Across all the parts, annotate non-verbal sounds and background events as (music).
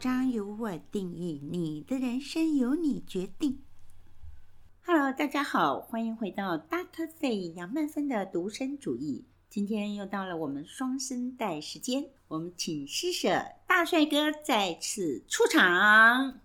章由我定义，你的人生由你决定。 Hello，大家好，欢迎回到 Dr. C 杨曼芬的独身主义。今天又到了我们双声带时间，我们请施舍大帅哥再次出场。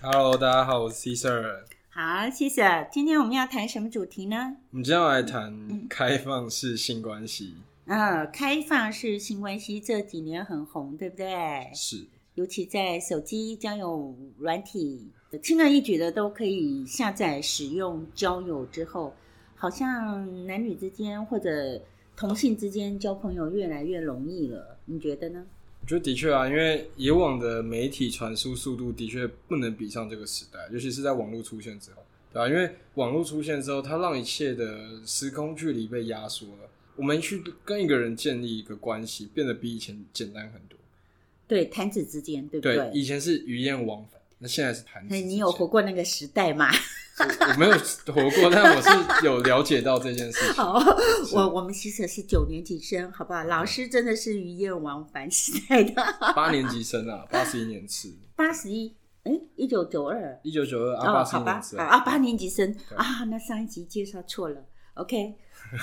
Hello，大家好，我是 Caesar。好，谢谢。今天我们要谈什么主题呢？我们今天要来嗯谈开放式性关系，呃，开放式性关系这几年很红，对不对？是尤其在手机交友软体轻而易举的都可以下载使用交友之后，好像男女之间或者同性之间交朋友越来越容易了，你觉得呢？我觉得的确啊，因为以往的媒体传输速度的确不能比上这个时代，尤其是在网络出现之后，对吧、因为网络出现之后，它让一切的时空距离被压缩了，我们去跟一个人建立一个关系，变得比以前简单很多。对，弹指之间，对不对，对？以前是鱼雁往返，那现在是谈所资以之间。你有活过那个时代 (laughs) 吗？我？我没有活过，但我是有了解到这件事情。 (laughs) 好，我我们其实是九年级生，好不好？老师真的是鱼雁往返时代的， (laughs) 八年级生啊，八十一年次，八十一，哎，一九九二，一九九二啊，哦，八十好一吧年，次好啊，八年级生对啊，那上一集介绍错了，OK，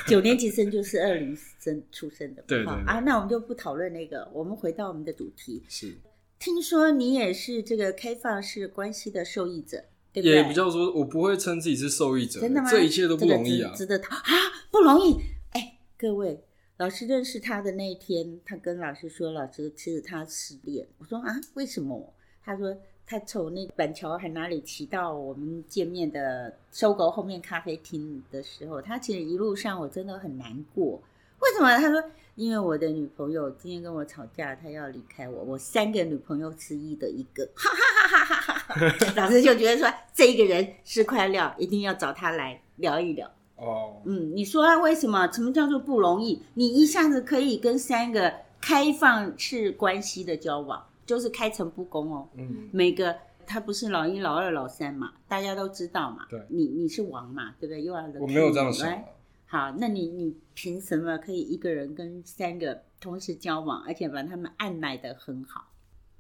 九年级生就是二零生出生的嘛，对对哈对啊，那我们就不讨论那个，我们回到我们的主题。是。听说你也是这个开放式关系的受益者，对不对？也比较说，我不会称自己是受益者，真的吗？这一切都不容易这个啊值。值得他啊，不容易。哎，各位，老师认识他的那一天，他跟老师说，老师其实他失恋。我说啊，为什么？他说他从那板桥还哪里骑到我们见面的搜狗后面咖啡厅的时候，他其实一路上我真的很难过。为什么？他说因为我的女朋友今天跟我吵架，她要离开我，我三个女朋友之一的一个， (laughs) 哈哈哈哈哈哈哈哈！老师就觉得说这一个人是块料，一定要找他来聊一聊。哦，嗯，你说啊，为什么？什么叫做不容易？你一下子可以跟三个开放式关系的交往，就是开诚布公哦。嗯，每个他不是老一、老二、老三嘛，大家都知道嘛。对你你是王嘛，对不对？又要我没有这样想啊。好，那你你凭什么可以一个人跟三个同时交往，而且把他们按奶的很好？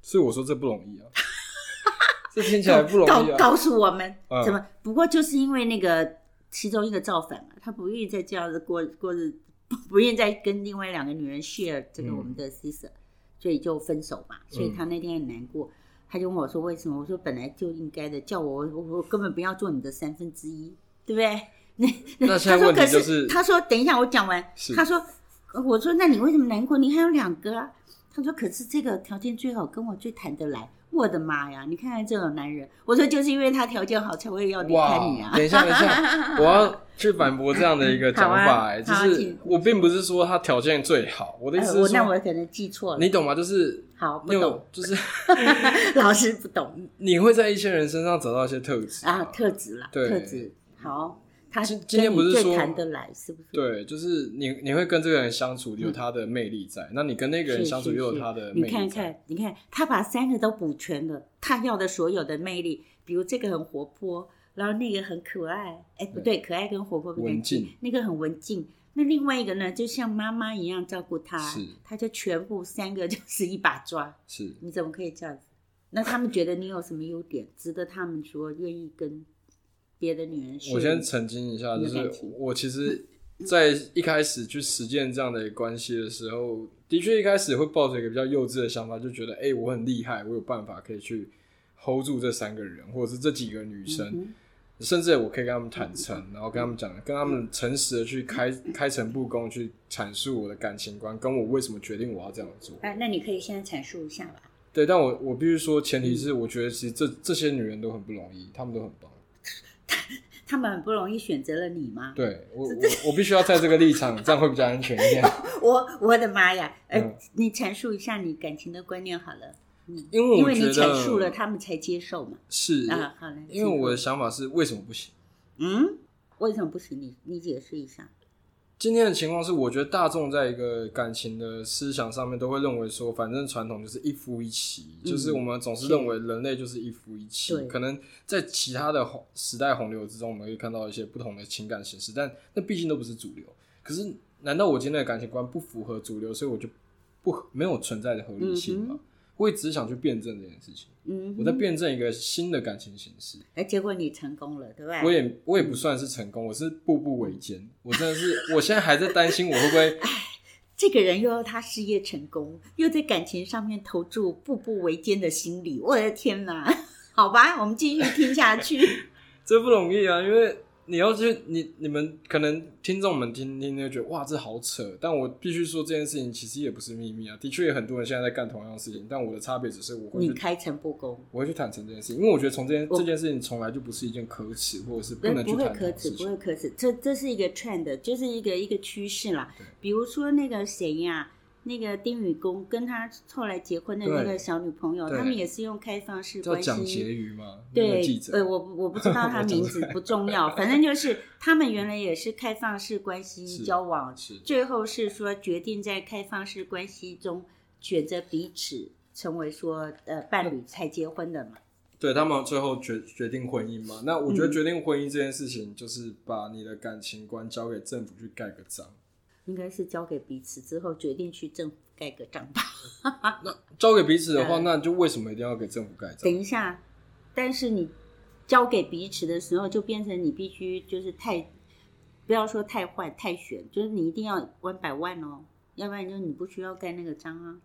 所以我说这不容易啊， (laughs) 这听起来不容易告啊。告诉我们嗯怎么？不过就是因为那个其中一个造反嘛，他不愿意再这样子过过日，不不愿意再跟另外两个女人 share 这个嗯我们的 sister，、所以就分手嘛。所以他那天很难过，他就问我说为什么？我说本来就应该的，叫我我我根本不要做你的三分之一，对不对？那现在他说问可，题就是他说等一下我讲完，是他说呃我说那你为什么难过？你还有两个啊。他说可是这个条件最好，跟我最谈得来。我的妈呀！你看看这种男人，我说就是因为他条件好，才会要离开你啊。等一下，等一下，我要去反驳这样的一个 (laughs) 讲好啊法、哎就好是请我并不是说他条件最好，我的意呃思我是那说，我可能记错了你，懂吗？就是好不你有懂， (laughs) 就是 (laughs) 老师不懂你会在一些人身上找到一些特质啊，特质啦，哦对特质好。他今今天跟你不是最说谈得来，是不是？对，就是你你会跟这个人相处有嗯他的魅力在，那你跟那个人是相处是又有是他的你魅力看在。看，你看他把三个都补全了，他要的所有的魅力，比如这个很活泼，然后那个很可爱，哎，不对，可爱跟活泼不文能静进，那个很文静。那另外一个呢，就像妈妈一样照顾他是，他就全部三个 (laughs) 就是一把抓，是，你怎么可以这样子？那他们觉得你有什么优点，值得他们说愿意跟别的女人说？我先澄清一下，你就的是感情我其实，在一开始去实践这样的关系的时候，的确一开始会抱着一个比较幼稚的想法，就觉得哎、诶我很厉害，我有办法可以去 hold 住这三个人，或者是这几个女生，嗯甚至我可以跟他们坦诚，然后跟他们讲，跟他们诚实的去开开诚布公地去阐述我的感情观，跟我为什么决定我要这样做。哼，啊，那你可以现在阐述一下吧。对，但我我必须说，前嗯提是我觉得其实这这些女人都很不容易，她们都很棒。他们很不容易选择了你吗？对我我我必须要在这个立场，这样会比较安全 (laughs) 一点。我我的妈呀！呃，嗯你阐述一下你感情的观念好了，嗯，因为因我为觉你得阐述了，他们才接受嘛。是，啊，好了，因为请我的说想法是为什么不行？嗯，为什么不行？你你解释一下。今天的情况是，我觉得大众在一个感情的思想上面都会认为说，反正传统就是一夫一妻，嗯就是我们总是认为人类就是一夫一妻对。可能在其他的洪时代洪流之中，我们可以看到一些不同的情感形式，但那毕竟都不是主流。可是，难道我今天的感情观不符合主流，所以我就不没有存在的合理性吗？我也只想去辩证这件事情，嗯嗯哼，我在辩证一个新的感情形式。哎，结果你成功了，对吧？我也我也不算是成功，我是步步维嗯艰。我真的是，我现在还在担心我会不会这个人又要他事业成功，又在感情上面投注步步维艰的心理，我的天哪！ (laughs) 好吧，我们继续听下去。这不容易啊，因为你要去你你们可能听众们听听就觉得哇这好扯，但我必须说这件事情其实也不是秘密啊，的确有很多人现在在干同样的事情，但我的差别只是 (laughs) 我会你去开诚布公，我会去坦诚这件事情，因为我觉得从这件我这件事情从来就不是一件可耻或者是不对，能去不会谈可的耻，事不会情。可耻，这这是一个 trend，就是一个一个趋势啦对。比如说那个谁呀、那个丁宇公跟他后来结婚的那个对小女朋友，对他们也是用开放式叫关蒋婕系。妤吗？那对个记，者，呃，我我不知 (laughs) 道他我名讲出字不重要，反正就是他们原来也是开放式关系是交往，是最后是说决定在开放式关系中选择彼此成为说呃伴侣才结婚的嘛。对他们最后决决定婚姻嘛。那我觉得嗯决定婚姻这件事情，就是把你的感情观交给政府去盖个章。应该是交给彼此之后决定去政府盖个章吧。交给彼此的话，嗯那就为什么一定要给政府盖章等？一下，但是你交给彼此的时候，就变成你必须就是太不要说太坏太选，就是你一定要 one by one 哦，要不然就是你不需要盖那个章啊。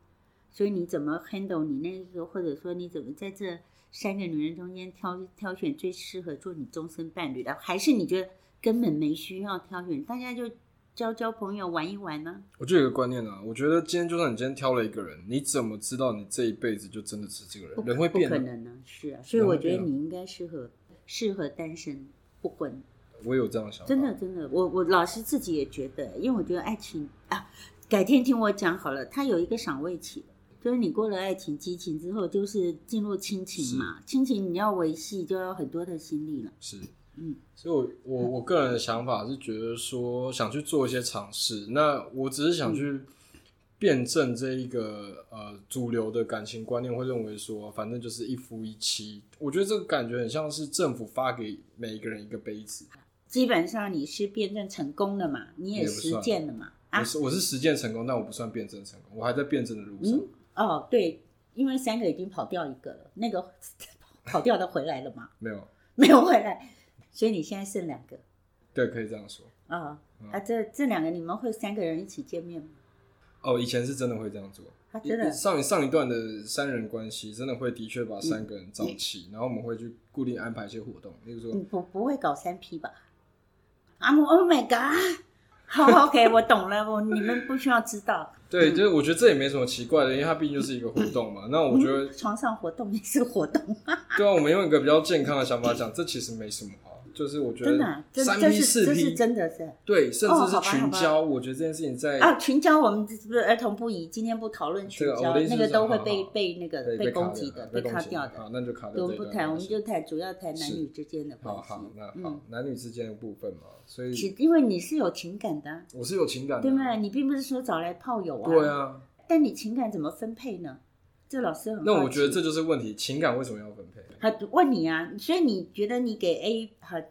所以你怎么 handle 你那个，或者说你怎么在这三个女人中间挑挑选最适合做你终身伴侣的？还是你觉得根本没需要挑选，大家就交交朋友玩一玩呢、我就有一个观念啊，我觉得今天就算你今天挑了一个人，你怎么知道你这一辈子就真的是这个不人？可人会变不可的。能呢、是啊，所以人我会觉得变啊你应该适合适合单身不婚。我有这样的想法，真的真的，我我老师自己也觉得，因为我觉得爱情啊，改天听我讲好了，它有一个赏味期，就是你过了爱情、激情之后，就是进入亲情嘛，亲情你要维系就要很多的心力了，是，嗯，所以我，我我个人的想法是觉得说想去做一些尝试，那我只是嗯想去辩证这一个呃主流的感情观念会认为说，反正就是一夫一妻，我觉得这个感觉很像是政府发给每一个人一个杯子，基本上你是辩证成功了嘛，你也不实算践了嘛，啊我，是我是实践成功，但我不算辩证成功，我还在辩证的路上。嗯，哦对，因为三个已经跑掉一个了，那 (laughs) 个跑掉的回来了嘛，没有，没有回来，所以你现在剩两个对，可以这样说。啊、嗯啊，这这两个你们会三个人一起见面吗？哦，以前是真的会这样做。啊，真的。嗯上一上一段的三人关系，真的会的确把三个人找齐，然后我们会去固定安排一些活动，例如说，你不不会搞三 P 吧？I'm Oh my God！好 OK，我懂了，我你们不需要知道。对，就是我觉得这也没什么奇怪的，因为它毕竟就是一个活动 (laughs) 嘛。那我觉得嗯，床上活动也是活动，对啊，我们用一个比较健康的想法讲，这其实没什么啊。就是我觉真的啊得，这三这 P 是四这是 P，真的是对，甚哦至好是吧群好交，我觉得这件事情在啊。群交我们这是不是儿童不宜，今天不讨论群这个交我的意，思那是个都会好被好被那个对被攻卡击掉的，被卡掉的。好的。，那就卡掉对这我们一不段谈，我关们系就谈主要谈男是女之间的关好系好那。好嗯嗯，，男女之间的部分嘛，所以其因为你是有情感的啊，我是有情感的对啊，吗？你并不是说找来炮友啊。对。啊，但你情感怎么分配呢？这老师很那好我觉得奇这就是问题，情感为什么要分配？他问你啊，所以你觉得你给 A 和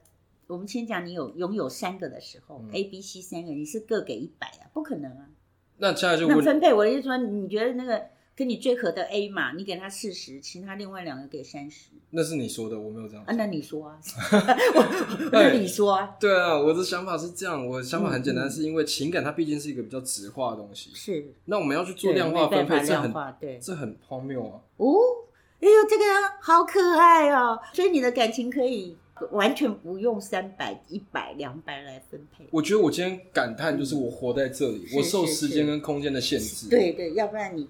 我们先讲你有拥有三个的时候、嗯 a B、C 三个，你是各给一百啊？不可能啊！那现在就那问，分配我的意思说，你觉得那个跟你最合的 A 嘛，你给他四十，其他另外两个给三十那是你说的，我没有这样啊？说。那你说 (laughs) 啊？我那你说啊？对啊，我的想法是这样，我的想法很简嗯单，是因为情感它毕竟是一个比较直化的东西，是那我们要去做对量化没办分法配，这量很化对这很荒谬啊。哦。哎呦，这个好可爱哦！所以你的感情可以完全不用三百、一百、两百来分配。我觉得我今天感叹就是我活在这里，嗯是我受是时是间跟空间的限制，，对对，要不然你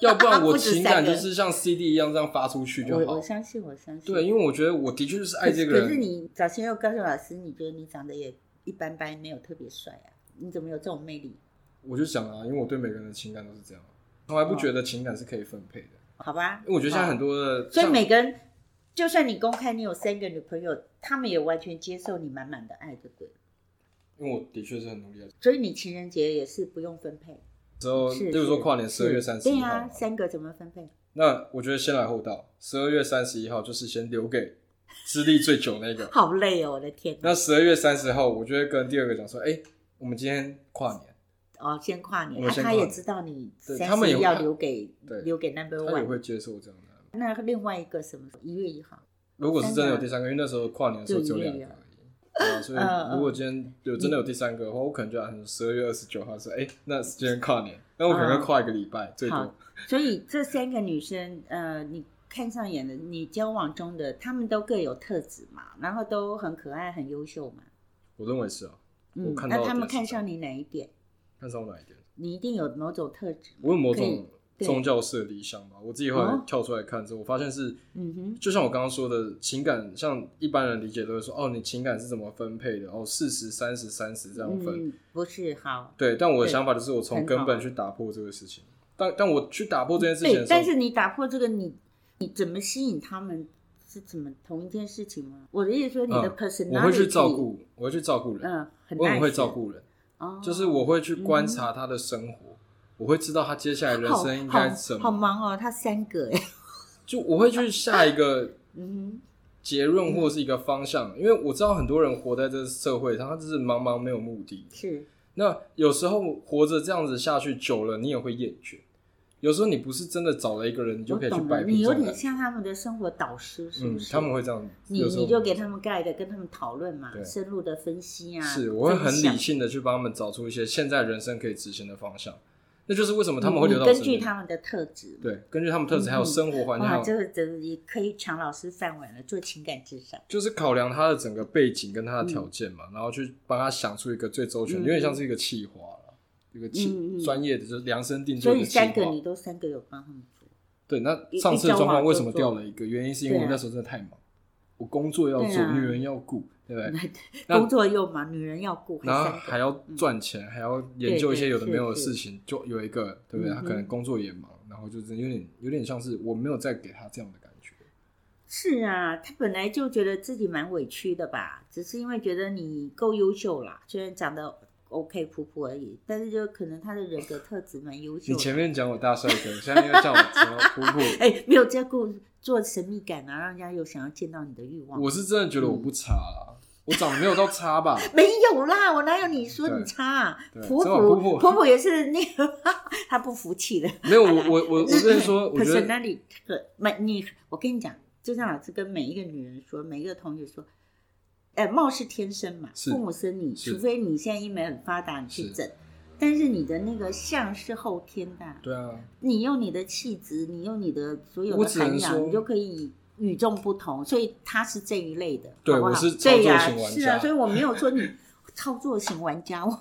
要不然不我止情三感个就是像 CD 一样这样发出去就我好我。相信，我相信。对，因为我觉得我的确就是爱这个可是人，你早先又告诉老师，你觉得你长得也一般般，没有特别帅啊？你怎么有这种魅力？我就想啊，因为我对每个人的情感都是这样，从嗯来不觉得情感是可以分配的。好吧？因为我觉得现在很多，多的，嗯所以像每个人，就算你公开你有三个女朋友，他们也完全接受你满满的爱，就对了。因为我的确是很努力的。所以你情人节也是不用分配，之后，是例如说是跨年十二月三十对啊一号呀、嘛，三个怎么分配？那我觉得先来后到，十二月三十一号就是先留给资历最久那 (laughs) 个。好累哦，我的天哪！那十二月三十号，我就会跟第二个讲说，哎、我们今天跨年，哦，先跨年，我啊、先他跨也年知道你对三他们十也要会留给对留给 number 他也 one。会接受这样的安排。啊那另外一个什么一月一号，如果是真的有第三个，因为那时候跨年的时候只有两个而已。对啊，所嗯以如果今天有真的有第三个的话，我可能就按十二月二十九号说，哎，那今天跨年，那我可能会跨一个礼拜最多嗯好。所以这三个女生，呃，你看上眼的，你交往中的，她们都各有特质嘛，然后都很可爱、很优秀嘛。我认为是啊，嗯我，看到那的她们是看这样上你哪一点？看上我哪一点？你一定有某种特质嘛。我有某可以种对宗教式的理想吧。我自己后来哦跳出来看之后，我发现是，嗯哼，就像我刚刚说的，情感像一般人理解都会说，哦，你情感是怎么分配的？哦，四十、三十、三十这样分。嗯，不是好。对，但我的对想法就是，我从很根好本去打破这个事情。但但我去打破这件事情的时对，但候，是你打破这个，你你怎么吸引他们？是怎么同一件事情吗？我的意思说，你的嗯 personality，、我会去照，顾，我会去照顾人，嗯，很我很 nice 会照，顾人，哦、就是我会去观察他的生活，我会知道他接下来人好生应该嗯好怎好么，忙哦，他三个哎，就我会去下一个嗯结论或是一个方向，因为我知道很多人活在这社会上，他就是茫茫没有目的哼，。是，那有时候活着这样子下去久了，你也会厌倦。有时候你不是真的找了一个人，你就我可以去懂摆了，平你这有种点感觉。像他们的生活导师，是嗯不，是？他们会这样，你有时候你就给他们盖的，跟他们讨论嘛，对深入的分析啊，是，我会很分理享性的去帮他们找出一些现在人生可以执行的方向。那就是为什么他们会你留到我根身据边他们的特质嘛，对，根据他们特质，还有生活环境，还哇，有这个真的也可以抢老师饭碗了，做情感智商。就是考量他的整个背景跟他的条件嘛，然后去帮他想出一个最周全，嗯有点像是一个企划啦，一个嗯企嗯专业的就是量身定所做以的企三个划你。都三个有帮他们做，对，那一上次一的交状况往为就什么做掉了一个？原因是因为对啊我那时候真的太忙，我工作要对做，啊嗯女人要顾，对不对？那 (laughs) 工作又忙，女人要顾，还然后三还个。要赚钱，还要研究一些有的没有的事情，就有一个对不对？嗯哼他可能工作也忙，然后就是有点有点像是我没有再给他这样的感觉。是啊，他本来就觉得自己蛮委屈的吧，只是因为觉得你够优秀啦，虽然长得 OK 普普而已，但是就可能他的人格特质蛮优秀你的。前面讲我大帅哥， (laughs) 现在又叫我什么普普？哎，没有这顾做神秘感啊，让人家有想要见到你的欲望。我是真的觉得我嗯不差啦，我长得没有到差吧？没有啦，我哪有你说你差、啊？对普这种普普普普普也是那个，他不服气的。没有，我我我我跟你 (laughs) 说，我可觉是得那里可每你，我跟你讲，就像老师跟每一个女人说，每一个同学说，哎，貌是天生嘛，是父母生你，是除非你现在医美很发达，你去是整。但是你的那个相是后天的啊，对啊，你用你的气质，你用你的所有我的只能涵养，说你就可以与众不同。所以他是这一类的，对好不好我是操对作呀、型玩家是啊，所以我没有说你操作型玩家。 (laughs) 我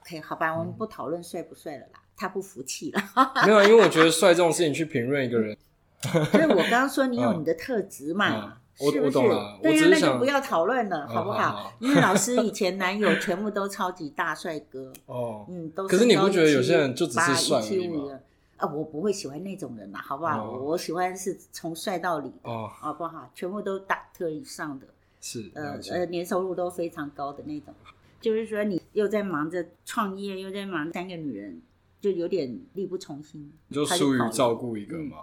OK，好嗯吧，我们不讨论帅不帅了啦， (laughs) 他不服气了。没有啊，因为我觉得帅这种事情去评论一个人，所以我刚刚说你有嗯你的特质嗯嘛，我是我不是懂了？我对呀、只是那就想嗯不要讨论了，好不好好 (laughs) 好好？因为老师以前男友全部都超级大帅哥，哦，嗯，都可是你身高不觉得有175些人就只是帅而已吗175的啊，我不会喜欢那种人啦，好不好？哦我喜欢是从帅到里，哦，好不好？全部都大特以上的，是，呃了解呃，年收入都非常高的那种。就是说，你又在忙着创业，又在忙三个女人，就有点力不从心。你就他疏跑于了照顾一个嗯嘛。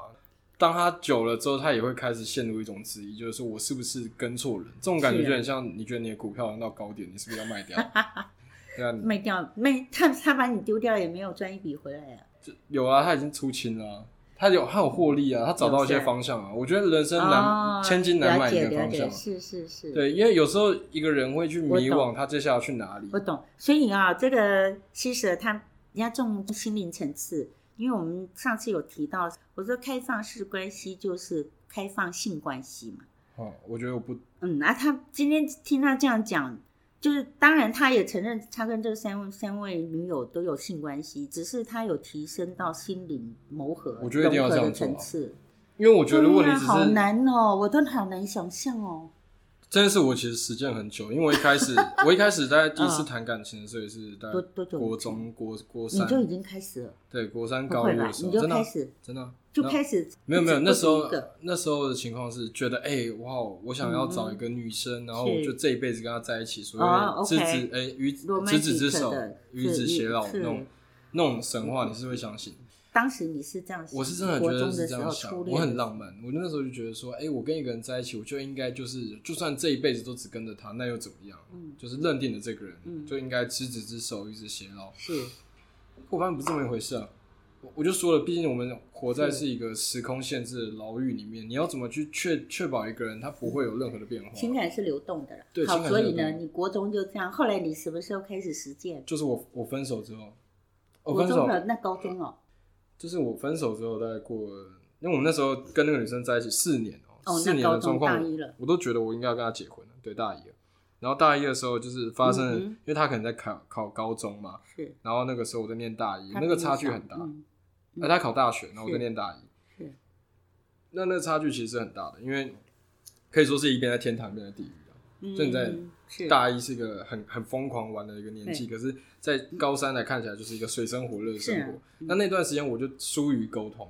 当他久了之后，他也会开始陷入一种质疑，就是说我是不是跟错人？这种感觉是啊就很像你觉得你的股票涨到高点，你是不是要卖掉？ (laughs) 对啊，你卖掉卖他他把你丢掉也没有赚一笔回来啊。有啊，他已经出清了啊、他有他有获利啊，他找到一些方向啊。我觉得人生难，哦千金难买了解一个了方解，向啊。是是是，对，因为有时候一个人会去迷我惘，懂他接下来要去哪里我？懂。所以啊，这个其实他人家重心灵层次，因为我们上次有提到，我说开放式关系就是开放性关系嘛。哦，我觉得我不嗯，啊，他今天听他这样讲，就是当然他也承认他跟这三位三位女友都有性关系，只是他有提升到心灵磨合、我觉得一定要融合的这样做啊层次。因为我觉得如果你对啊只好是难哦，我都好难想象哦。这件事，我其实实践很久，因为我一 (laughs) 开始我一开始在第一次谈感情的时候也是在嗯多多久国中国国你三，就已经开始了，对国三不高会一吧的？时你候，就真的开啊始真的啊就然后开始没有没有，一直那时不候止一个嗯那时候的情况是觉得哎哇，我想要找一个女生，然后我是就这一辈子跟她在一起，所哦以执，OK 子哎与执 romantic 子之手的，与子是偕老是那种那种神话，你是会相信？当时你是这样想，我是真的觉国中得是的这时样候想初，恋，我很浪漫。我那时候就觉得说，哎、我跟一个人在一起，我就应该就是，就算这一辈子都只跟着他，那又怎么样？嗯就是认定了这个人，嗯就应该执子之手，与之偕老。是我发现不是这么一回事啊。我我就说了，毕竟我们活在是一个时空限制的牢狱里面，你要怎么去确确保一个人他不会有任何的变化？情感是流动的啦。对情好，感所是以流呢，动你国中就这样，后来你什么时候开始实践？就是我我分手之后，我国分手中了，那高中哦，就是我分手之后，大概过了，因为我们那时候跟那个女生在一起四年哦、哦那四年高的中状大况一了，我都觉得我应该要跟她结婚了，对，大一了。然后大一的时候就是发生了，嗯哼因为她可能在考考高中嘛，是然后那个时候我在念大一，他那个比你差距小很大。嗯那他考大学，然后我是在念大一是，那那差距其实是很大的，因为可以说是一边在天堂，一边在地狱啊。正在嗯是大一是一个很很疯狂玩的一个年纪，可是，在高三来看起来就是一个水深火热的生是活啊。那那段时间我就疏于沟通，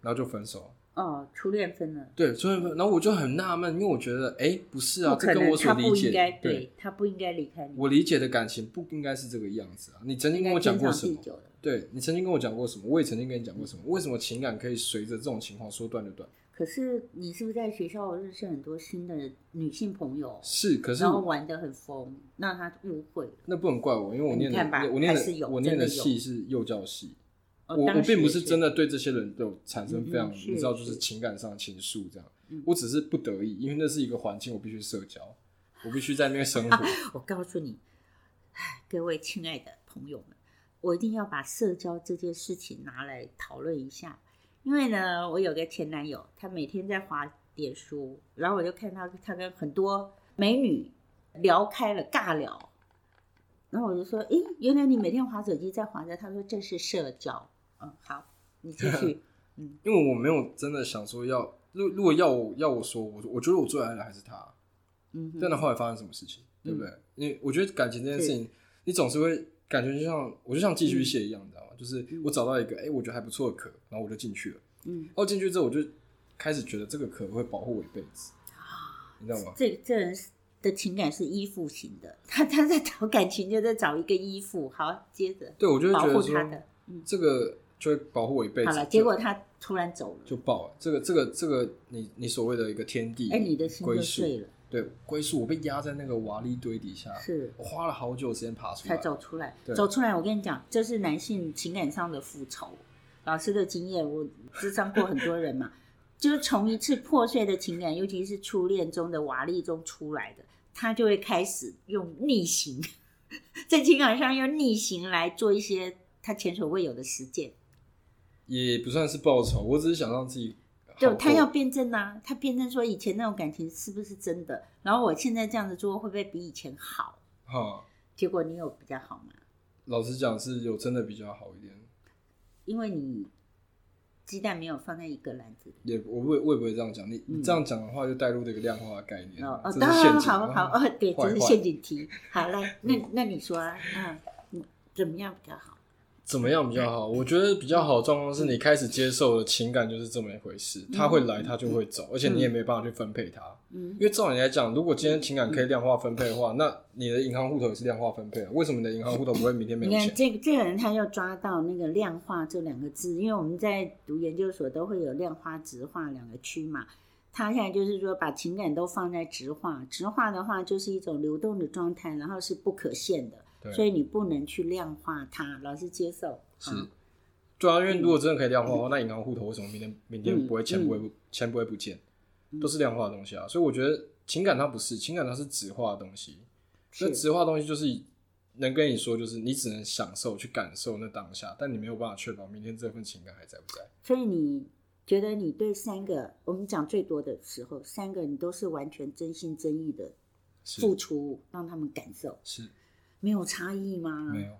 然后就分手了。哦，初恋分了，对，所以然后我就很纳闷，因为我觉得，哎，不是啊，不这可跟能，我所他理不解应该，的，对他不应该离开你。我理解的感情不应该是这个样子啊。你曾经跟我讲过什应么该天长？地久的对你曾经跟我讲过什么？我也曾经跟你讲过什么？为什么情感可以随着这种情况说断就断？可是你是不是在学校认识很多新的女性朋友，是，可是然后玩的很疯，让他误会了？那不能怪我，因为我念哎你看吧的我念还是有的我真念的的有系是幼教系，哦我我并不是真的，的对这些人有产生非常嗯嗯是你知道就是是情感上的情愫这样嗯，我只是不得已，因为那是一个环境，我必须社交，我必须在那边生 (laughs) 活。我告诉你，唉各位亲爱的朋友们，我一定要把社交这件事情拿来讨论一下，因为呢，我有个前男友，他每天在滑脸书，然后我就看到他跟很多美女聊开了尬聊，然后我就说，诶，原来你每天滑手机在滑着，他说这是社交，嗯，好，你继续，因为我没有真的想说要，如如果要我要我说，我我觉得我最爱的还是他。嗯哼，但他后来发生什么事情，对不对？因为我觉得感情这件事情，你总是会感觉就像我就像寄嗯居蟹一样，你知道吗？就是我找到一个哎、我觉得还不错的壳，然后我就进去了。嗯然后进去之后，我就开始觉得这个壳会保护我一辈子，啊你知道吗？这这人是的情感是依附型的，他他在找感情就在找一个依附。好，接着对，我就会保觉护得他说的，嗯，这个就会保护我一辈子。好了，就结果他突然走了，就爆了。这个这个这个，你你所谓的一个天地，哎，你的心归就宿，碎了，对归宿，我被压在那个瓦砾堆底下，是我花了好久时间爬出来，才走出来。对走出来，我跟你讲，这是男性情感上的复仇。老师的经验，我智商过很多人嘛， (laughs) 就是从一次破碎的情感，尤其是初恋中的瓦砾中出来的，他就会开始用逆行， (laughs) 在情感上用逆行来做一些他前所未有的实践。也不算是报仇，我只是想让自己好过。对，他要辩证啊，他辩证说以前那种感情是不是真的，然后我现在这样子做会不会比以前好？哈，结果你有比较好吗？老实讲是有真的比较好一点，因为你鸡蛋没有放在一个篮子里。也我不会我也不会这样讲，你嗯你这样讲的话就带入这个量化的概念，哦哦，这当嗯是陷然阱，好好啊哦，对，这坏是坏陷阱题。好 (laughs) 来，那那你说啊，嗯，你怎么样比较好？怎么样比较好？我觉得比较好的状况是你开始接受了情感就是这么一回事，他会来他就会走，而且你也没办法去分配他。嗯因为照理来讲，如果今天情感可以量化分配的话，那你的银行户头也是量化分配啊。为什么你的银行户头不会明天没有你看钱？这个这个人，他又抓到那个量化这两个字，因为我们在读研究所都会有量化、直化两个区嘛。他现在就是说，把情感都放在直化，直化的话就是一种流动的状态，然后是不可限的，对所以你不能去量化它。老师接受，是嗯对啊，因为如果真的可以量化的话，那银行户头为什么明天明天不会嗯钱不会不钱不会不见？都是量化的东西啊。所以我觉得情感它不是情感，它是直化的东西。那是直化的东西就是能跟你说，就是你只能享受去感受那当下，但你没有办法确保明天这份情感还在不在。所以你觉得你对三个，我们讲最多的时候，三个你都是完全真心真意的是付出，让他们感受，是没有差异吗？没有。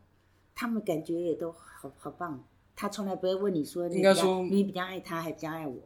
他们感觉也都好好棒。他从来不会问你说，你应该比较说你比较爱他，还比较爱我。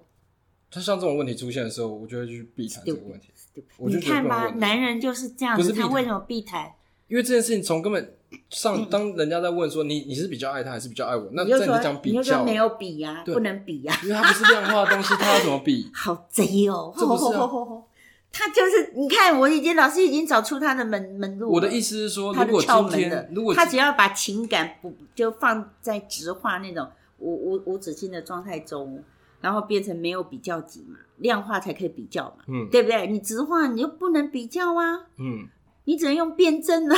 他像这种问题出现的时候，我就会去避谈这个问题，对我你就觉得看不能吧，问男人就是这样不子，是避他为谈什么避谈？因为这件事情从根本上，当人家在问说你你是比较爱他还是比较爱我，那嗯你就在说讲比你就较说，没有比呀、对不能比呀、因为它不是量化的东西，它要怎么 (laughs) 比？好贼哦！这不是啊吼吼吼吼吼 (laughs) 他就是你看，我已经老师已经找出他的门门路了。我的意思是说，他如的果窍今门的天，如果他只要把情感不就放在直化那种无无无止境的状态中，然后变成没有比较级嘛，量化才可以比较嘛，嗯对不对？你直化你就不能比较啊，嗯，你只能用辩证啊。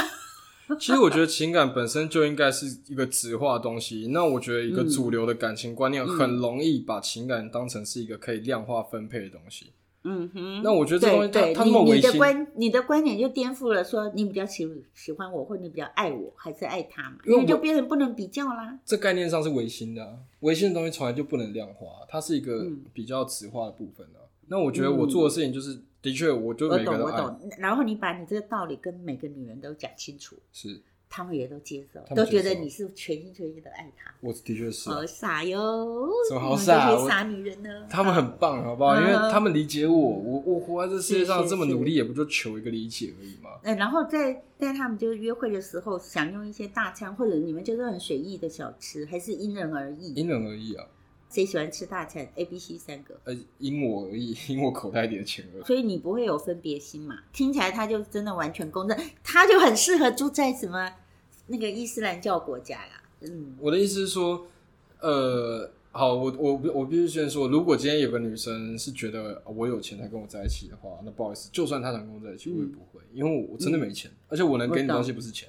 其实我觉得情感本身就应该是一个直化的东西。那我觉得一个主流的感情观念很容易把情感当成是一个可以量化分配的东西。 (laughs) 嗯哼，那我觉得这东西对对它它你那么你违的心观你的观点就颠覆了，说你比较喜喜欢我，或你比较爱我，还是爱他嘛？因因为我为就变成不能比较啦。这概念上是唯心的、啊，唯心的东西从来就不能量化，它是一个嗯比较直化的部分啊。那我觉得我做的事情就是，的确，我就我每个懂，嗯人我爱懂。然后你把你这个道理跟每个女人都讲清楚，是，她们也都接受，她们都觉接受得你是全心全意的爱她。我的确是啊、好傻哟！怎么好傻啊你们这些我傻女人呢？他们很棒，好不好？嗯因为他们理解我，我我活在这世界上是是这么努力，也不就求一个理解而已嘛。呃，然后在在他们就是约会的时候，享用一些大餐，或者你们就是很随意的小吃，还是因人而异。因人而异啊，谁喜欢吃大餐？A、B、C 三个，呃，因我而异， (laughs) 因我口袋里的钱而已。所以你不会有分别心嘛？听起来他就真的完全公正，他就很适合住在什么那个伊斯兰教国家啦。嗯，我的意思是说，呃，好，我我我必须先说，如果今天有个女生是觉得呃我有钱才跟我在一起的话，那不好意思，就算她想跟我在一起，我嗯也不会，因为我真的没钱，而且我能给你的东西不是钱，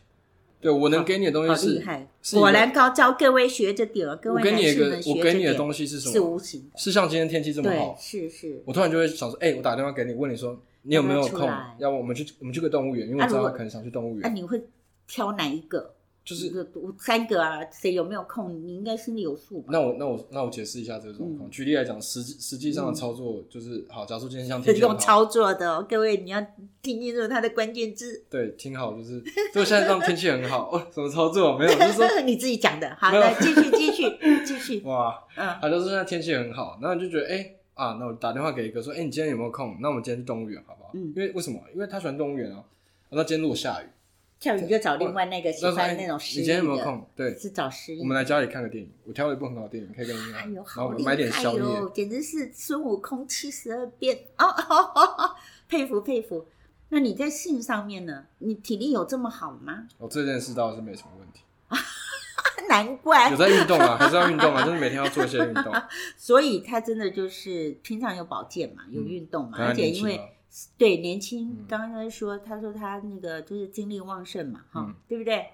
对我能给你的东好西厉是，害！是一个果然高招，各位学着点哦，各我位给男你一士个们，学我着给你的点，东西是什是么？无形的，是像今天天气这么对好，，是是。我突然就会想说，哎、我打电话给你，问你说你有没有要不要空出来，要不我们去我们去个动物园，因为我啊知道如他果可能想去动物那、园，你会挑哪一个？就是我三个啊，谁有没有空？你应该心里有数吧？那我那我那我解释一下这个状况。举例来讲，实际实际上的嗯操作就是，好，假如说今天 (laughs) 像是天气用很好，操作的、哦，各位你要听清楚它的关键字。对，挺好，就是就现在这样天气很好， (laughs) 哦，什么操作没有，就是说 (laughs) 你自己讲的，好没有的，继续继 (laughs) 续继续，哇，嗯，啊，就是现在天气很好，然后你就觉得，哎、啊，那我打电话给一个说，哎、你今天有没有空？那我们今天去动物园好不好？嗯因为为什么？因为他喜欢动物园啊。啊那今天如果下雨，跳你就找另外那个喜那说哎欢那种诗你意今天有没有的，空？对，是找诗意我。们来家里看个电影，我挑了一部很好的电影，可以跟你哎看，呦，然后好我们厉买点害哦宵夜，哟！简直是孙悟空七十二变哦哦哦哦，佩服佩服。那你在性上面呢？你体力有这么好吗？ (laughs) 我、这件事倒是没什么问题，难怪有在运动啊，还是要运动啊，就是每天要做一些运动。所以他真的就是平常有保健嘛，有运动嘛，嗯当然而且年轻因为了对年轻嗯，刚刚在说他说他那个就是精力旺盛嘛，哈、嗯对不对？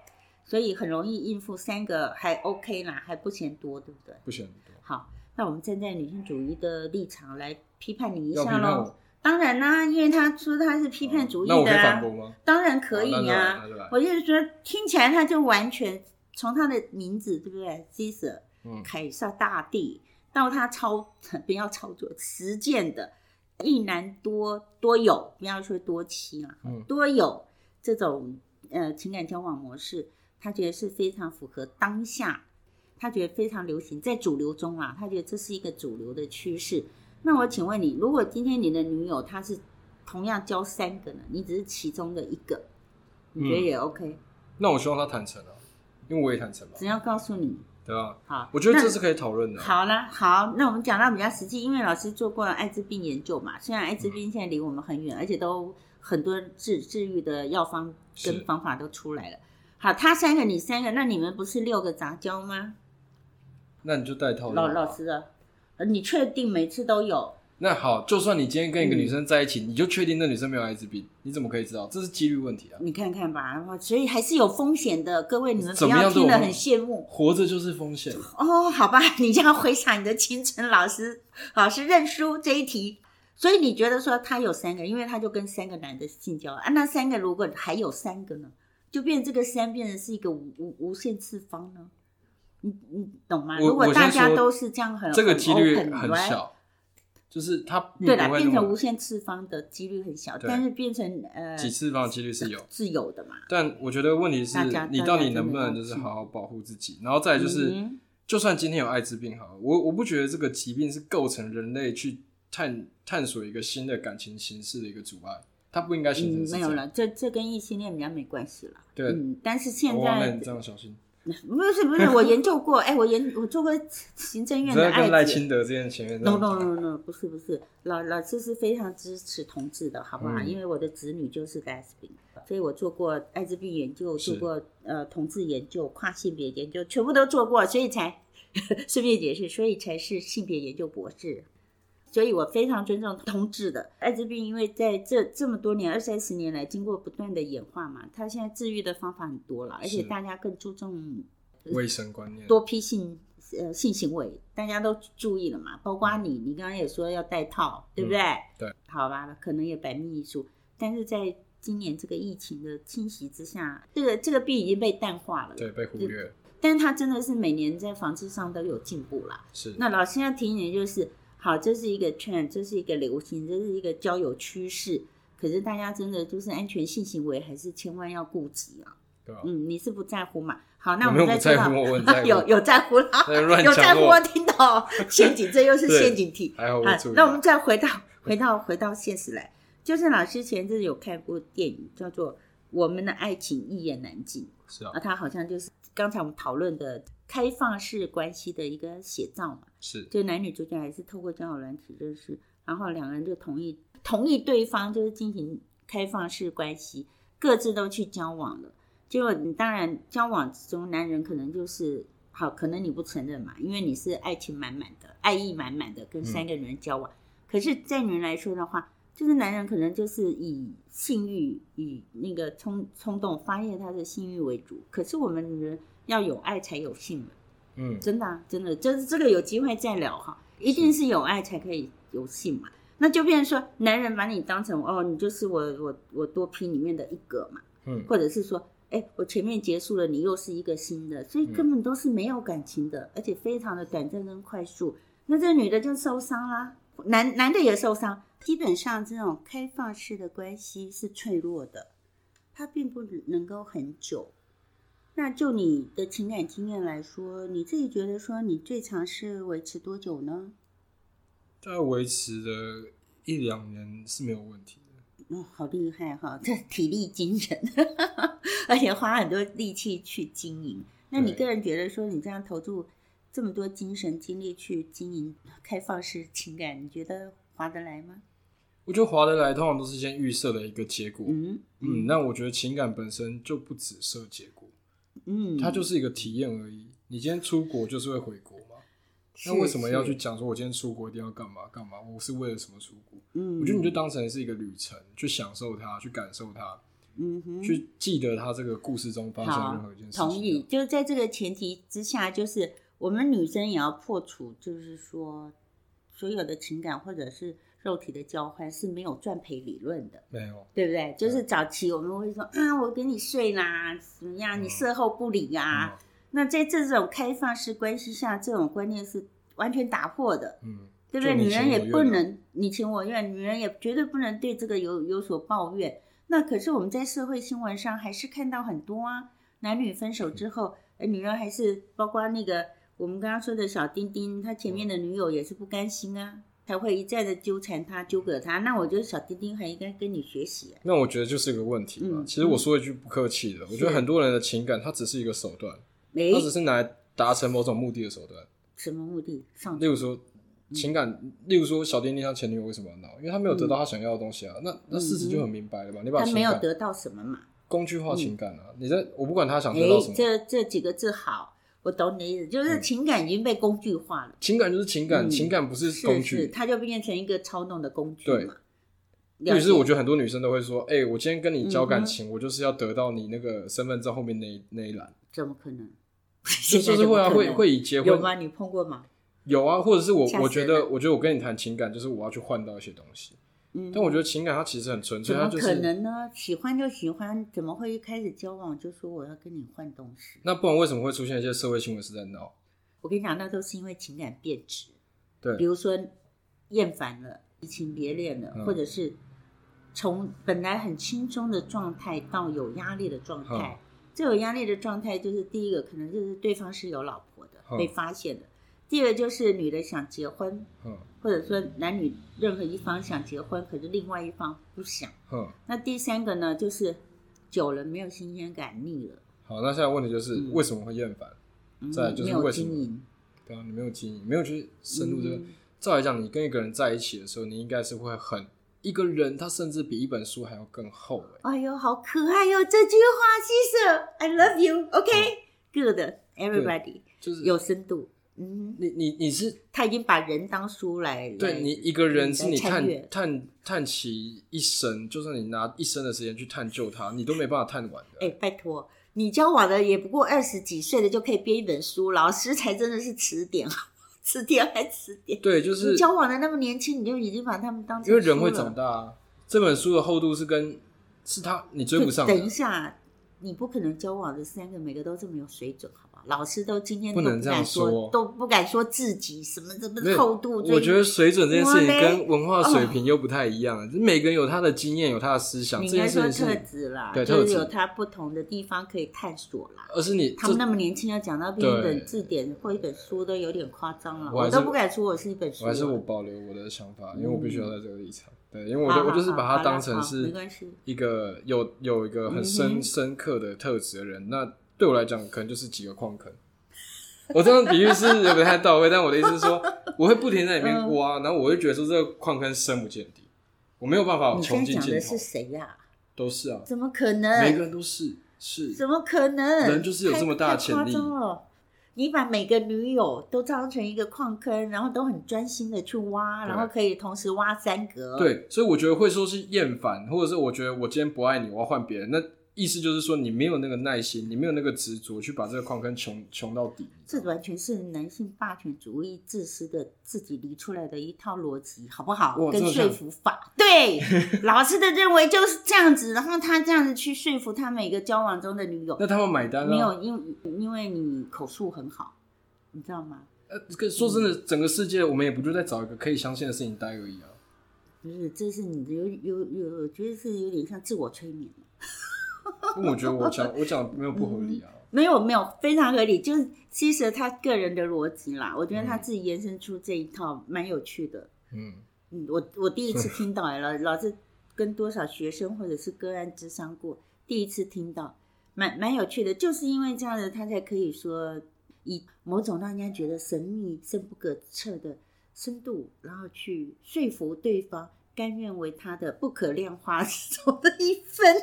所以很容易应付三个，还 OK 啦，还不嫌多，对不对？不嫌多。好，那我们站在女性主义的立场来批判你一要批下判喽。我，哦当然啦、因为他说他是批判主义那我可以的反啊，驳吗？当然可以啊。好那就来那就来我就是说，听起来他就完全从他的名字，对不对？Caesar，嗯，凯撒大帝，到他操不要操作实践的一男多多有，不要说多妻啦，嗯多有这种呃情感交往模式，他觉得是非常符合当下，他觉得非常流行，在主流中啊啦，他觉得这是一个主流的趋势。那我请问你，如果今天你的女友她是同样交三个呢，你只是其中的一个，你觉得嗯也 OK？、那我希望他坦诚啊，因为我也坦诚嘛只，要告诉你，对吧？好，我觉得那这是可以讨论的。好啦，好，那我们讲到比较实际，因为老师做过艾滋病研究嘛，虽然艾滋病现在离我们嗯很远，而且都很多治治愈的药方是跟方法都出来了。好，他三个，你三个，那你们不是六个杂交吗？那你就带套老了。老师啊，呃你确定每次都有？那好，就算你今天跟一个女生在一起，你就确定那女生没有艾滋病，你怎么可以知道？这是几率问题啊！你看看吧，所以还是有风险的。各位，你们不怎么要样都听得有很风羡慕活着就是风险，哦。好吧， (laughs) 你这样回想你的青春，老师老师认输这一题。所以你觉得说他有三个，因为他就跟三个男的性交啊，那三个如果还有三个呢，就变这个三变成是一个无无无限次方呢？你你懂吗？我如果我先大家说都是这样很这个几率 open，很 right？小，就是它并对啦，不会变那成无么限次方的几率很小，对但是变成呃几次方的几率是有。是有的嘛。但我觉得问题是大家你大到家真底能的不能要就是注意好好保护自己，然后再来就是，嗯就算今天有艾滋病好了，我我不觉得这个疾病是构成人类去探探索一个新的感情形式的一个阻碍，它不应该形嗯，成是没这样有了，这这跟异性恋比较没关系了。对，嗯，但是现我忘了在你这样小心。不是 (laughs) 不是，我研究过，哎，我研我做过行政你院在的跟赖艾滋清德之前前面 No no no no，不是不是，老老师是非常支持同志的，好不好？嗯因为我的子女就是个艾滋病，所以我做过艾滋病研究，是做过呃同志研究、跨性别研究， (laughs) 全部都做过，所以才顺便解释，所以才是性别研究博士。所以我非常尊重同志的艾滋病，因为在这这么多年二三十年来，经过不断的演化嘛，它现在治愈的方法很多了，而且是大家更注重卫生观念，多批性呃性行为，大家都注意了嘛，包括你，你刚刚也说要戴套，对不对？嗯对，好吧，可能也百密一疏，但是在今年这个疫情的侵袭之下，这个这个病已经被淡化了，对，被忽略但是它真的是每年在防治上都有进步啦。是。那老师要提醒你就是，好，这是一个 trend，这是一个流行，这是一个交友趋势。可是大家真的就是安全性行为还是千万要顾及啊！对吧？嗯，你是不在乎嘛？好，那我有没有们再不在知道乎我很在乎 (laughs) 有有在乎啦，在乱有讲在乎我我听到陷阱，这又是对陷阱题。 (laughs) 还好我啊注意，那到我们再回到回到回到现实来，就是老师前阵子有看部电影叫做《我们的爱情一言难尽》，是啊啊，，它好像就是刚才我们讨论的开放式关系的一个写照嘛，是就男女主角也是透过交友软体认识，然后两个人就同意同意对方就是进行开放式关系，各自都去交往了。结果你当然交往之中，男人可能就是好，可能你不承认嘛，因为你是爱情满满的、爱意满满的跟三个女人交往。可是，在女人来说的话，就是男人可能就是以性欲与那个冲冲动发泄他的性欲为主。可是我们女人要有爱才有性嘛。嗯，真的、啊，真的，就是这个有机会再聊哈，一定是有爱才可以有性嘛。那就变成说，男人把你当成哦，你就是我我我多批里面的一个嘛，嗯或者是说，哎、我前面结束了，你又是一个新的，所以根本都是没有感情的，而且非常的短暂跟快速。那这女的就受伤啦，男男的也受伤，基本上这种开放式的关系是脆弱的，它并不能够很久。那就你的情感经验来说，你自己觉得说你最长是维持多久呢？大概维持了一两年是没有问题的。哦，好厉害哈、这 (laughs) 体力惊人， (laughs) 而且花很多力气去经营。那你对个人觉得说，你这样投注这么多精神精力去经营开放式情感，你觉得划得来吗？我觉得划得来，通常都是先预设的一个结果。嗯嗯，那我觉得情感本身就不只设结果，嗯，它就是一个体验而已。你今天出国就是会回国嘛？那为什么要去讲说我今天出国一定要干嘛干嘛？我是为了什么出国？嗯，我觉得你就当成是一个旅程，去享受它，去感受它，嗯哼，去记得它这个故事中发生的任何一件事情。同意，就是在这个前提之下，就是我们女生也要破除，就是说所有的情感或者是肉体的交换是没有赚赔理论的。没有，对不对？就对是早期我们会说啊，我跟你睡啦，怎么样？嗯你事后不理啊。那在这种开放式关系下，这种观念是完全打破的，嗯，对不对？就女你情我人愿啊也不能你情我愿，女人也绝对不能对这个有有所抱怨。那可是我们在社会新闻上还是看到很多啊，男女分手之后，呃女人还是包括那个我们刚刚说的小丁丁，他前面的女友也是不甘心啊，才会一再的纠缠他、纠葛他。那我觉得小丁丁还应该跟你学习啊、那我觉得就是一个问题嘛。嗯其实我说一句不客气的，我觉得很多人的情感，它只是一个手段，没它只是拿来达成某种目的的手段。什么目的上例如说嗯情感，例如说小丁丁他前女友为什么要闹？因为他没有嗯得到他想要的东西啊。那那事实就很明白了嘛。你把他情嗯没有感得到什么嘛？工具化情感啊，你在我不管他想哎得到什，么，嗯这这几个字好，我懂你的意思，就是情感已经被工具化了，情感就是情感，嗯情感不是是工是，具。它就变成一个操弄的工具对嘛。尤其是我觉得得很多女生都会说，哎、我今天跟你交嗯哼感情，我就是要得到你那个身份证后面那一那一 (laughs) 栏，怎么可能？就现在 (laughs) (laughs) 就是怎么会啊可会能会以结有婚吗？你碰过吗？有啊，或者是我吓死人我觉得我觉得我跟你谈情感，就是我要去换到一些东西，嗯，但我觉得情感它其实很纯粹，怎它么就可是能呢？喜欢就喜欢，怎么会一开始交往就说我要跟你换东西？那不然为什么会出现一些社会新闻是在闹？我跟你讲，那都是因为情感变质。对比如说厌烦了、移情别恋了，嗯或者是从本来很轻松的状态到有压力的状态。嗯这有压力的状态，就是第一个可能就是对方是有老婆的，嗯被发现的；第二个就是女的想结婚，哼或者说男女任何一方想结婚，可是另外一方不想。哼，那第三个呢，就是久了没有新鲜感，腻了，好，那现在问题就是、嗯为什么会厌烦？嗯再来就是没有为什么经营。对啊，你没有经营，没有去深入这个。嗯照来讲，你跟一个人在一起的时候，你应该是会很一个人，他甚至比一本书还要更厚哎、哎呦，好可爱哟、这句话，西舍，I love you，OK，good，everybody，、就是有深度。嗯，你你你是他已经把人当书来，来对你一个人是你来探参阅探探其一生，就算你拿一生的时间去探究它，你都没办法探完哎、的。拜托，你交往的也不过二十几岁的就可以编一本书，老师才真的是词典， (laughs) 词典还词典。对，就是你交往的那么年轻，你就已经把他们当成因为人书会了长大、啊。这本书的厚度是跟是他你追就不上的等一，下，你不可能交往的三个每个都这么有水准，好不好？老师都今天不都能这敢样说，说都不敢说自己什么什没么有厚度最。我觉得水准这件事情我嘞哦跟文化水平又不太一样了。每个人有他的经验，有他的思想，你这应该件说事情特是，质啦，对就特是质有他不同的地方可以探索啦。而是你他们这那么年轻要讲到编一对本字典或一本书都有点夸张了，我我还是都不敢说我是一本书我啊。还是我保留我的想法，因为我必须要在这个立场。对，因为我好，就好我就是好把好它当啦成好是没关系。一个有有一个很深、嗯哼深刻的特质的人，那对我来讲可能就是几个矿坑。我这样比喻是有点不太到位，但我的意思是说，我会不停在里面嗯挖，然后我会觉得说这个矿坑深不见底，我没有办法你穷现在尽讲尽的头是，谁呀？都是啊，怎么可每个能？人都是是，怎么可能？人就是有这么大的潜力太太夸张了你把每个女友都当成一个矿坑，然后都很专心的去挖，对然后可以同时挖三格。，对，所以我觉得会说是厌烦，或者是我觉得我今天不爱你，我要换别人，那意思就是说你没有那个耐心，你没有那个执着去把这个矿坑穷穷到底，这完全是男性霸权主义自私的自己理出来的一套逻辑，好不好？哇跟这个说服法，对， (laughs) 老师的认为就是这样子，然后他这样子去说服他每个交往中的女友，那他们买单了、啊没有，因为因为你口述很好，你知道吗？呃，跟说真的，整个世界我们也不就在找一个可以相信的事情待而已啊。不是，这是你的有有有，我觉得是有点像自我催眠。因为我觉得我讲我讲没有不合理啊。没有没有，非常合理。就是其实他个人的逻辑啦，我觉得他自己延伸出这一套蛮有趣的。嗯，嗯，我我第一次听到哎，老老师跟多少学生或者是个案智商过，第一次听到，蛮蛮有趣的。就是因为这样的，他才可以说以某种让人家觉得神秘、深不可测的深度，然后去说服对方。甘愿为他的不可量化 (laughs) 中的一分，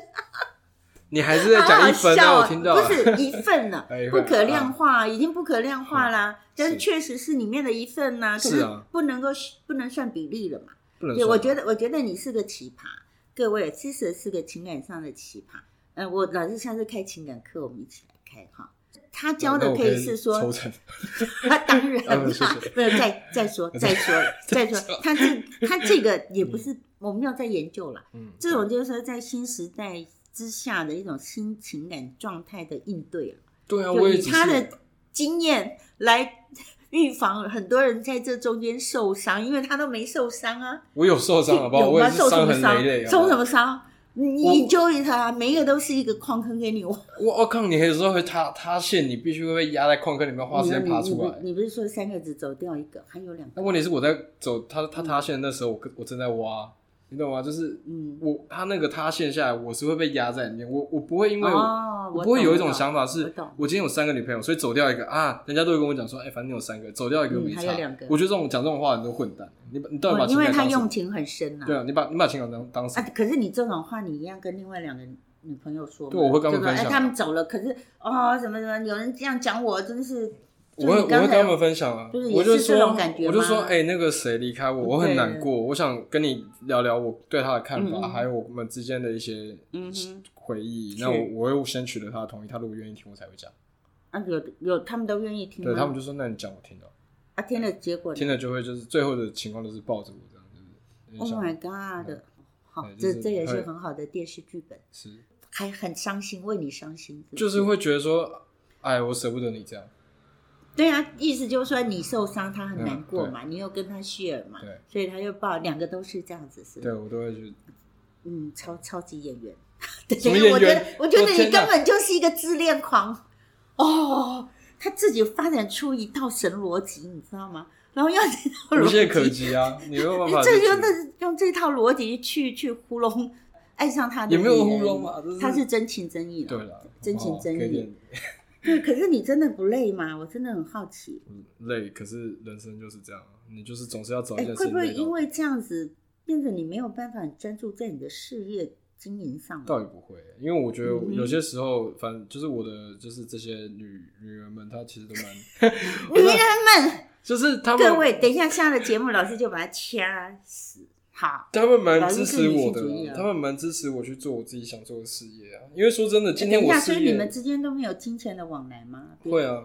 你还是在讲一分好啊，好笑哦我听到不了。是一份了 (laughs) 哎一，份啊不可量化，已经不可量化啦。但是确实是里面的一份呐，可是是啊不能够不能算比例了嘛。不能啊对，说。我觉得我觉得你是个奇葩，各位，其实是个情感上的奇葩。嗯，我老师下次开情感课，我们一起来开哈。他教那的我可以是说，抽成， (laughs) 他当然嗯啦谢谢，没有再再 (laughs) 说再说再说，他这他这个也不是我们要再研究了。嗯，这种就是说在新时代之下的一种新情感状态的应对了，对啊，就我也以只他是的经验来预防很多人在这中间受伤，因为他都没受伤啊，我有受伤好不好？有我也吗？是受什么痕伤累累。？啊好不好受什么？伤？你我你揪一他，每一个都是一个矿坑给你挖。我我靠，你有时候会塌塌陷，你必须会被压在矿坑里面，花时你间你爬你出不来。你不是说三个只走掉一个，还有两个？那问题是我在走他他塌陷的那时候，我跟我正在挖，你懂吗？就是嗯，我他那个塌陷下来，我是会被压在里面，我我不会因为哦，我不会有一懂种了想法我是懂，我今天有三个女朋友，所以走掉一个啊，人家都会跟我讲说，哎、反正你有三个，走掉一个又没嗯差。还有两个我觉得这种讲这种话很多混蛋，你把你到底把哦情因为感他当什用么？情很深呐。对啊，你把你把情感当当什啊么？，可是你这种话，你一样跟另外两个女朋友说嘛。对我会跟他们就说分享哎，他们走了，可是哦，什么什么，有人这样讲我，真是。我会就我你刚会才跟他们分享啊，就是也我就是说这种感觉我就说，吗哎、那个谁离开我，我很难过，我想跟你聊聊我对他的看法，嗯嗯还有我们之间的一些嗯哼回忆。是那我我会先取得他的同意，他如果愿意听，我才会讲。啊，有有，他们都愿意听吗？对他们就说，那你讲我听了，啊，听了结果呢听了就会就是最后的情况都是抱着我这样，就是有点，Oh 像 my God！好嗯对，就这是这也是会很好的电视剧本，是。还很伤心，为你伤心。对不就是对会觉得说，哎，我舍不得你这样。对啊，意思就是说你受伤，他很难过嗯对嘛，你又跟他 share 嘛对，所以他就抱，两个都是这样子，是对我都会去，嗯，超超级演员。 (laughs) 对什么演员我觉得，我觉我得天你哪根本就是一个自恋狂。哦，他自己发展出一套神逻辑，你知道吗？然后用这套无逻懈辑，可击啊！你没有办法 (laughs) 去这解决，就是用这套逻辑去去糊弄，爱上他的也没有女糊人弄嘛，就是他是真情真意啦对了，真情真哦给意点。对，可是你真的不累吗？我真的很好奇，嗯累，可是人生就是这样，啊你就是总是要找一哎，件事会情不会累到因为这样子变得你没有办法很专注在你的事业经营上倒吗？也不会，因为我觉得嗯哼有些时候，反正就是我的，就是这些女女人们，她其实都蛮，女哎人们，就是她各位，们，等一下下了节目，老师就把它掐死。好，她们蛮老师支是持女我性的主义啦啊，她们蛮支持我去做我自己想做的事业啊。因为说真的，今天哎等一我下，所事以你业们之间都没有金钱的往来吗？会啊，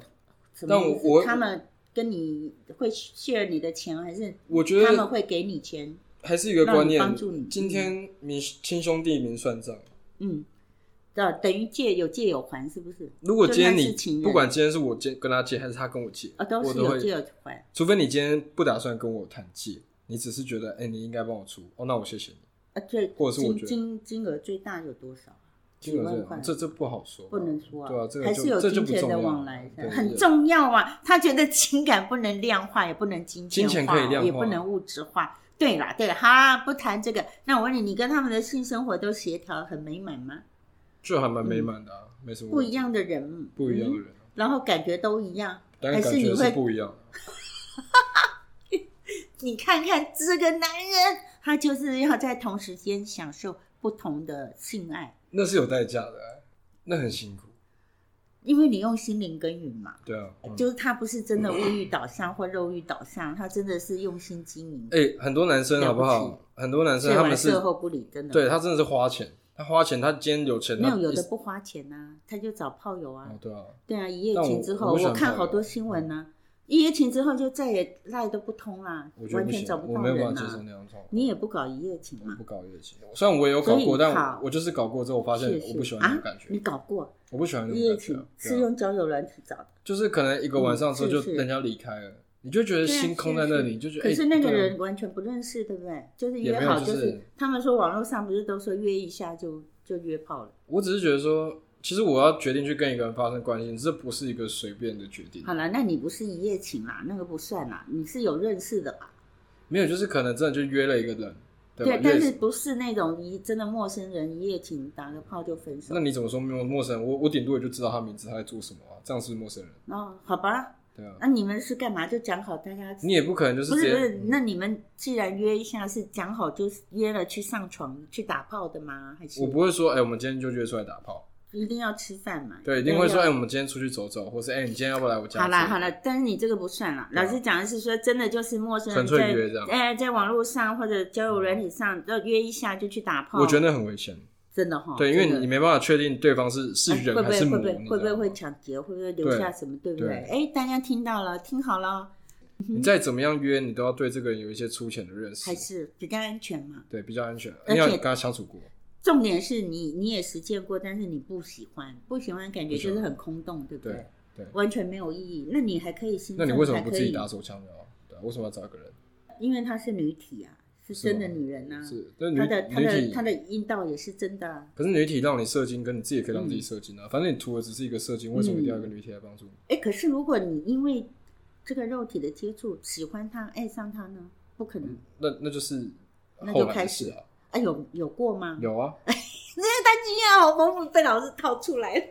什但么意我思我他们跟你会 share 你的钱，还是我觉他们得会给你钱？还是一个观念让你帮助你，今天明亲兄弟明算账。嗯，对，等于借有借有还，是不是？如果今天就那是情你人不管今天是我借跟他借，还是他跟我借，哦，都我是都有借会，有还。除非你今天不打算跟我谈借，你只是觉得，哎、你应该帮我出，哦，那我谢谢你。啊，最或者是我金觉得金金额最大有多少？金几额万这块个这这不好说吧，不能说啊对啊，这个还就是有这就金不钱重的要往了来对的，很对重要啊。他觉得情感不能量化，也不能金金钱化，可以量化也不能物质化。对啦，对啦，哈，不谈这个。那我问你，你跟他们的性生活都协调很美满吗？就还蛮美满的啊，没什嗯么不问题一样的人，不一样的嗯人啊，然后感觉都一样，但还感是你觉会是不一样的。你看看这个男人，他就是要在同时间享受不同的性爱，那是有代价的欸，那很辛苦，因为你用心灵耕耘嘛。对啊，嗯就是他不是真的物欲导向或肉欲导向，他真的是用心经营。哎，很多男生好不了不好？很多男所生以他完们是事后不理，真的对他真的是花钱，他花钱，他今天有钱，没他有有一的不花钱呐、他就找炮友啊哦，，对啊，对啊，一夜但情我之我后，不喜我欢看炮好友嗯多新闻呐、一夜情之后就再也赖都不通啦我，觉得完不全行找，不我到没有人办法接受啊。那种状况。你也不搞一夜情我嘛不？搞乐器，虽然我也有搞所以过，你但好我我就是搞过之后，我发现是我不喜是欢那啊种感，觉你，搞过我不喜欢那一种夜感觉情啊，是对啊用交友软体找的，就是可能一个晚上之嗯后就是是人家离开了，你就觉得对啊心空在那里，你就觉得可哎是那个对啊人完全不认识，对不对？就是也约没有好，就是是他们说网络上不是都说约一下就就约炮了。我只是觉得说，其实我要决定去跟一个人发生关系，这不是一个随便的决定好，了，那你不是一夜情啦，那个不算啦，你是有认识的吧？没有，就是可能真的就约了一个人，对吧？对，但约是了不是那种一真的陌生人一夜情打个炮就分手那？你怎么说没有陌生人？我我顶多也就知道他名字，他在做什么啊？这样是不是陌生人，哦，好吧，对啊那、。你们是干嘛？就讲好大家。你也不可能就是不直是接不是，那你们既然约一下，是讲好就是约了去上床去打炮的吗？还是我不会说，哎、我们今天就约出来打炮，一定要吃饭嘛？对，一定会说，哎、要我们今天出去走走，或是哎、你今天要不要来我家？好啦之类的好啦，，但是你这个不算啦。对啊老师讲的是说，真的就是陌生人纯粹约这在样哎，在网络上或者交友软体上，要约一下就去打炮。我觉得那很危险，真的哈，对，因为真你的你没办法确定对方是是哎人会不还会是会魔，不会你知会不会道吗会抢劫？会不会留对下什么？对不对？对哎，大家听到了，听好了，你再怎么样约，你都要对这个人有一些粗浅的认识还，是比较安全嘛。对，比较安全，而且你要跟他相处过，重点是你你也实践过，但是你不喜欢，不喜欢感觉就是很空洞，对不对对。完全没有意义。那你还可以心那动，你为什么还不可自己以打？手枪呢？对啊，为什么要找一个人？因为她是女体啊，是是真吗的女人啊，是，但女她的她女的体她的阴道也是真的啊。可是女体让你射精，跟你自己也可以让自己嗯射精啊。反正你图的只是一个射精，为什么一定要一个女体来帮助你？哎，可是如果你因为这个肉体的接触喜欢她、爱上她呢？不可能。那那就是那就后来开的始事啊。哎，有有过吗？有啊，经验好丰啊富，被老师套出来了。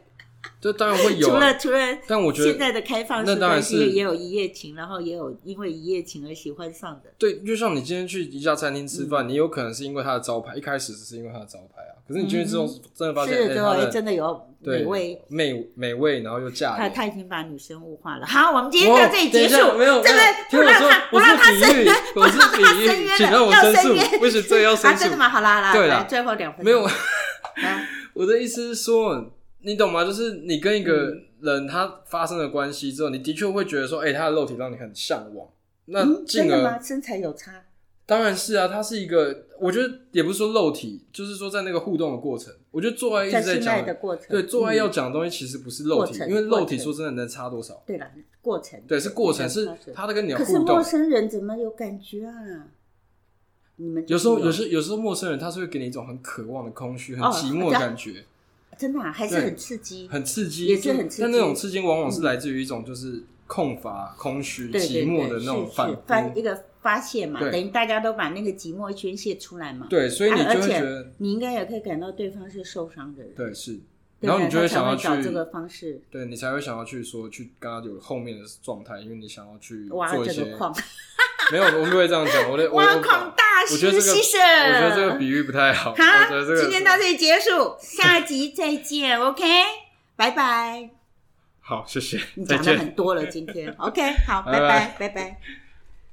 这当然会有 (laughs) 除啊。了除了但我觉现得在的开放那式当然关系，是也有一夜情，然后也有因为一夜情而喜欢上的。对，就像你今天去一家餐厅吃嗯饭，你有可能是因为它的招牌，一开始只是因为它的招牌啊。可是你今天之后真的发嗯现，是，哎，它对，的真的有美对味。啊美美味，然后又嫁他人。他已经把女生物化了。好，我们今天哦到这里等结一束下，没有，这个没有听不我让说他，不我让他是深比喻渊，，我是比他深喻，渊请了让我要申深诉渊，为什么这个要 (laughs) 申啊，诉真的？吗？好啦，好啦，对啦来最后两分钟啊没有，来我的意思是说，你懂吗？就是你跟一嗯个人他发生了关系之后，你的确会觉得说，哎、他的肉体让你很向往。 (laughs) 那嗯真进而、的吗？身材有差，当然是啊，他是一个，我觉得也不是说肉体，就是说在那个互动的过程，我觉得做爱一在直在性爱讲的，过程，对，做爱嗯要讲的东西其实不是肉体过，程因为肉过体程说真的能差多少？对了，过程对，是过程，是过他在跟你的可是互动陌。生人怎么有感觉啊？你们就有是时候，有时有时候陌生人他是会给你一种很渴望的空虚、很哦寂寞的感觉，真的啊、还是对很刺激，很刺激，也是就很刺激但那种刺激往往是来自于一种就是空乏、空虚、对对寂寞的对那种是反是发一扑。个发泄嘛，对等于大家都把那个寂寞宣泄出来嘛。对，所以你啊就而会且觉得，你应该也可以感到对方是受伤的人，对是，对然后吧你就会他想要才会找去这，个方式对你才会想要去说去跟他有后面的状态，因为你想要去挖做一这些个。矿，没有，我们不会这样讲。我的我 (laughs) 挖我矿大我觉得师这个，谢谢。我觉得这个比喻不太好。我好，觉得这个今天到这里结束，下集再见 (laughs) ，OK，拜拜。好，谢谢你，再讲的见。很多了，今天 OK，好， (laughs) 拜拜拜拜，拜拜。